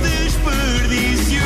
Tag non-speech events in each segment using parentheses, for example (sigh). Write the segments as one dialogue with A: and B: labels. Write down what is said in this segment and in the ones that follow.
A: desperdício.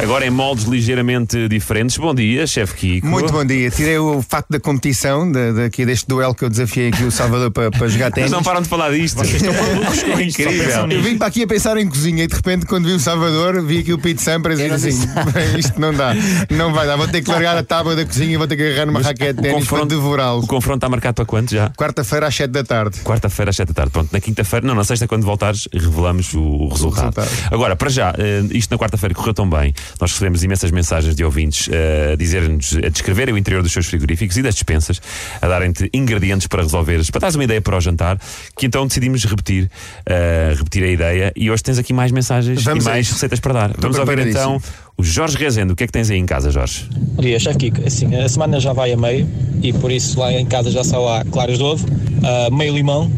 B: Agora em moldes ligeiramente diferentes. Bom dia, chefe Kiko.
C: Muito bom dia. Tirei o facto da competição, da- daqui deste duelo que eu desafiei aqui o Salvador para, para jogar
B: Mas
C: ténis.
B: não param de falar disto. Vocês estão malucos com isto. (laughs) Incrível.
C: Eu vim para aqui a pensar em cozinha e de repente, quando vi o Salvador, vi aqui o Pete Sampras e disse assim: "Bem, isto não dá, não vai dar. Vou ter que largar a tábua da cozinha e vou ter que agarrar numa raquete de ténis para
B: confronto- O
C: devorá-lo.
B: confronto está marcado para quando já?
C: Quarta-feira às 7 da tarde.
B: Quarta-feira às 7 da tarde. Pronto, na quinta-feira, não, na sexta, quando voltares, revelamos o, o resultado.
C: resultado.
B: Agora, para já, eh, isto na quarta-feira correu tão bem. Nós recebemos imensas mensagens de ouvintes eh, a dizer-nos, a descreverem o interior dos seus frigoríficos e das despensas, a darem-te ingredientes para resolveres, para dares uma ideia para o jantar, que então decidimos repetir, eh, repetir a ideia. E hoje tens aqui mais mensagens
C: Vamos
B: e
C: a
B: mais
C: isso.
B: receitas para dar. Vamos ouvir
C: preparadíssimo.
B: então o Jorge Rezende. O que é que tens aí em casa, Jorge?
D: Bom dia, chefe Kiko. Assim, a semana já vai a meio e por isso lá em casa já só há claras de ovo, ah, meio limão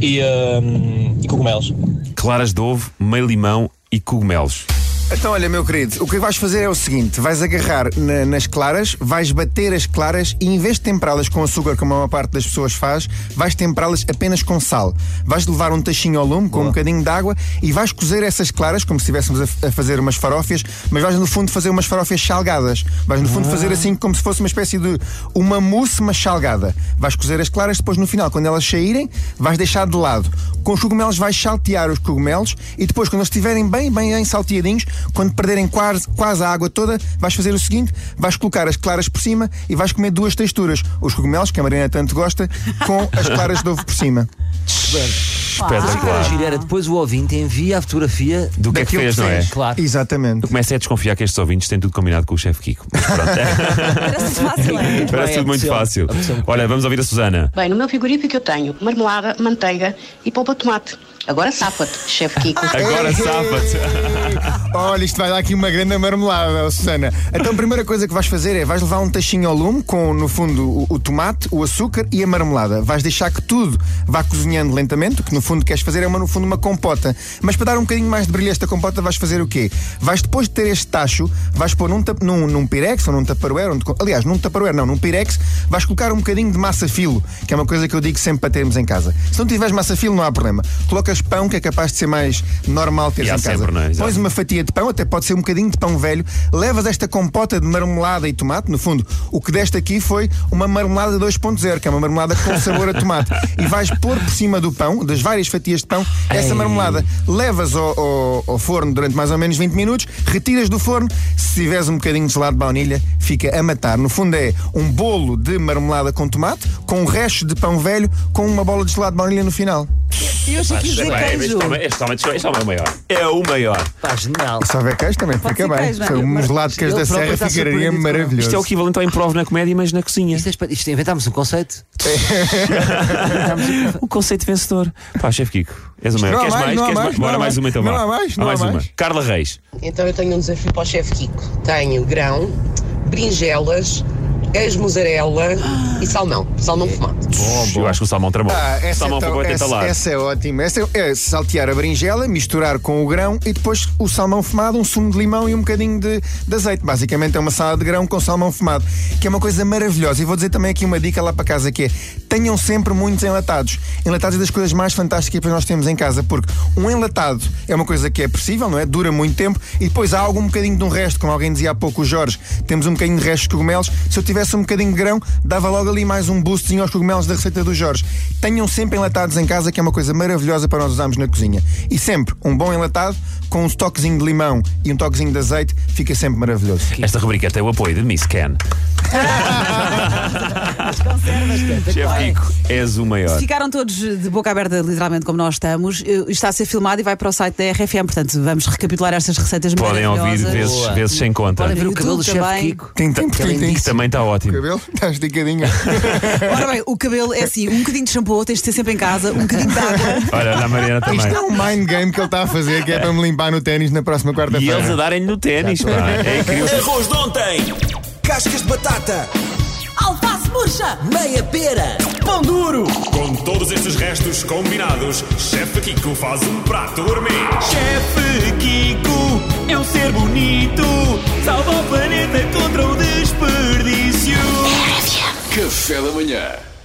D: e, ah, e cogumelos.
B: Claras de ovo, meio limão e cogumelos.
C: Então, olha, meu querido, o que vais fazer é o seguinte: vais agarrar na- nas claras, vais bater as claras e, em vez de temperá-las com açúcar, como a maior parte das pessoas faz, vais temperá-las apenas com sal. Vais levar um tachinho ao lume com um bocadinho de água e vais cozer essas claras, como se estivéssemos a, a fazer umas farófias, mas vais no fundo fazer umas farófias salgadas. Vais no fundo fazer assim, como se fosse uma espécie de uma mousse, mas salgada. Vais cozer as claras, depois no final, quando elas saírem, vais deixar de lado. Com os cogumelos, vais saltear os cogumelos e depois, quando eles estiverem bem, bem, bem salteadinhos, quando perderem quase, quase a água toda, vais fazer o seguinte: vais colocar as claras por cima e vais comer duas texturas. Os cogumelos, que a Mariana tanto gosta, com as claras de ovo por cima.
B: Espetacular.
E: Para girar, Ah, depois o ouvinte envia a fotografia
B: Do que é que
C: Daquilo
B: fez,
C: que
B: não é?
C: fez.
E: Claro.
C: Exatamente.
B: Eu começo é a desconfiar que estes ouvintes têm tudo combinado com o chefe Kiko. Mas
C: (laughs)
B: pronto, é,
F: Parece fácil, é?
B: parece
E: Bem,
B: tudo muito
E: apeteceu-me.
B: fácil.
C: um
E: Apeteceu-me.
B: Olha, vamos ouvir a Susana.
G: Bem, no meu frigorífico eu tenho marmelada, manteiga e polpa de tomate. Agora safa-te, chefe Kiko.
B: Agora safa-te.
C: Olha, isto vai dar aqui uma grande marmelada, ó, Susana. Então, a primeira coisa que vais fazer é vais levar um tachinho ao lume com, no fundo, o, o tomate, o açúcar e a marmelada. Vais deixar que tudo vá cozinhando lentamente. O que, no fundo, queres fazer é, uma, no fundo, uma compota. Mas para dar um bocadinho mais de brilho a esta compota, vais fazer o quê? Vais, depois de ter este tacho, vais pôr num, tap- num, num pirex ou num taparoeiro. Onde, co- aliás, num taparoeiro, não, num pirex, vais colocar um bocadinho de massa filo, que é uma coisa que eu digo sempre para termos em casa. Se não tiveres massa filo, não há problema. Colocas pão, que é capaz de ser mais normal teres
B: E há
C: em casa.
B: sempre, não é? Exato.
C: Pões uma fatia de pão, até pode ser um bocadinho de pão velho, levas esta compota de marmelada e tomate, no fundo, o que deste aqui foi uma marmelada 2.0, que é uma marmelada com sabor a tomate, e vais pôr por cima do pão, das várias fatias de pão, essa marmelada. Levas ao, ao- ao forno durante mais ou menos 20 minutos, retiras do forno, se tiveres um bocadinho de gelado de baunilha, fica a matar. No fundo é um bolo de marmelada com tomate, com um resto de pão velho, com uma bola de gelado de baunilha no final.
F: E eu já quis dizer
C: Tá
B: Bem,
F: queijo.
B: Este homem- este homem- este homem é o maior. É o maior.
E: Pá, genial.
C: Se houver queijo também,
F: Pode
C: fica
F: ser
C: bem.
F: queijo, não é?
C: Um gelado de queijo
E: Eu
C: da
E: próprio
C: Serra
E: estava
C: ficaria
E: surpreendido com ele.
C: maravilhoso.
B: Isto é o equivalente ao improv na comédia, mas na cozinha.
E: Isto, é espa- isto inventámos um conceito.
B: O conceito vencedor. Pá, chefe Kiko, és o maior.
C: Não há
B: Queres
C: mais,
B: mais?
C: não há
B: Queres
C: mais,
B: mais?
C: não
B: Bora
C: há
B: mais
C: mais.
B: uma então.
C: Não
B: vá.
C: há mais, não há
B: uma.
C: mais.
B: Carla Reis.
G: Então eu tenho um desafio para o chefe Kiko. Tenho grão, berinjelas, queijo mussarela e salmão. Salmão fumado.
B: Eu acho que o salmão tramou.
C: Ah, essa
B: salmão
C: é tão-
B: para
C: essa-
B: tentar lá.
C: essa é ótima. Essa é, é saltear a berinjela, misturar com o grão e depois o salmão fumado, um sumo de limão e um bocadinho de, de azeite. Basicamente é uma salada de grão com salmão fumado, que é uma coisa maravilhosa. E vou dizer também aqui uma dica lá para casa que é tenham sempre muitos enlatados. Enlatados é das coisas mais fantásticas que nós temos em casa, porque um enlatado é uma coisa que é possível, não é? Dura muito tempo e depois há algum bocadinho de um resto, como alguém dizia há pouco, o Jorge, temos um bocadinho de restos de cogumelos. Se eu tivesse um bocadinho de grão, dava logo ali mais um boostzinho aos cogumelos da receita do Jorge. Tenham sempre enlatados em casa, que é uma coisa maravilhosa para nós usarmos na cozinha. E sempre um bom enlatado com um toquezinho de limão e um toquezinho de azeite fica sempre maravilhoso.
B: Esta rubrica tem o apoio de Miss
C: (laughs)
B: Ken. Chefe Kiko, és o maior.
F: Ficaram todos de boca aberta, literalmente, como nós estamos. Eh, Está a ser filmado e vai para o site da RFM. Portanto, vamos recapitular estas receitas
B: Podem ouvir
F: maravilhosas.
B: vezes,
E: Boa.
B: vezes sem conta.
E: Podem ver o
F: YouTube
E: cabelo do chefe
F: também.
E: Kiko.
C: Tem tempo,
E: Que é
C: tem
E: lindíssimo.
C: tempo.
B: Também está ótimo.
C: Cabelo? (laughs) Estás esticadinho.
F: Ora bem, o cabelo é assim: um bocadinho de shampoo, tens de ter sempre em casa, um bocadinho
B: (laughs)
F: de água.
B: Olha, na Mariana também.
C: Isto é um mind game que ele está a fazer, que é para me limpar no ténis na próxima
B: E eles a
C: quarta-feira.
B: darem-lhe no ténis, pá. É incrível.
H: Arroz de ontem. Cascas de batata.
F: Alface murcha.
I: Kombucha, meia pera, pão duro.
J: Com todos estes restos combinados, Chefe Kiko faz um prato gourmet.
B: Chefe Kiko é um ser bonito, salva o planeta contra o desperdício.
K: Café da manhã.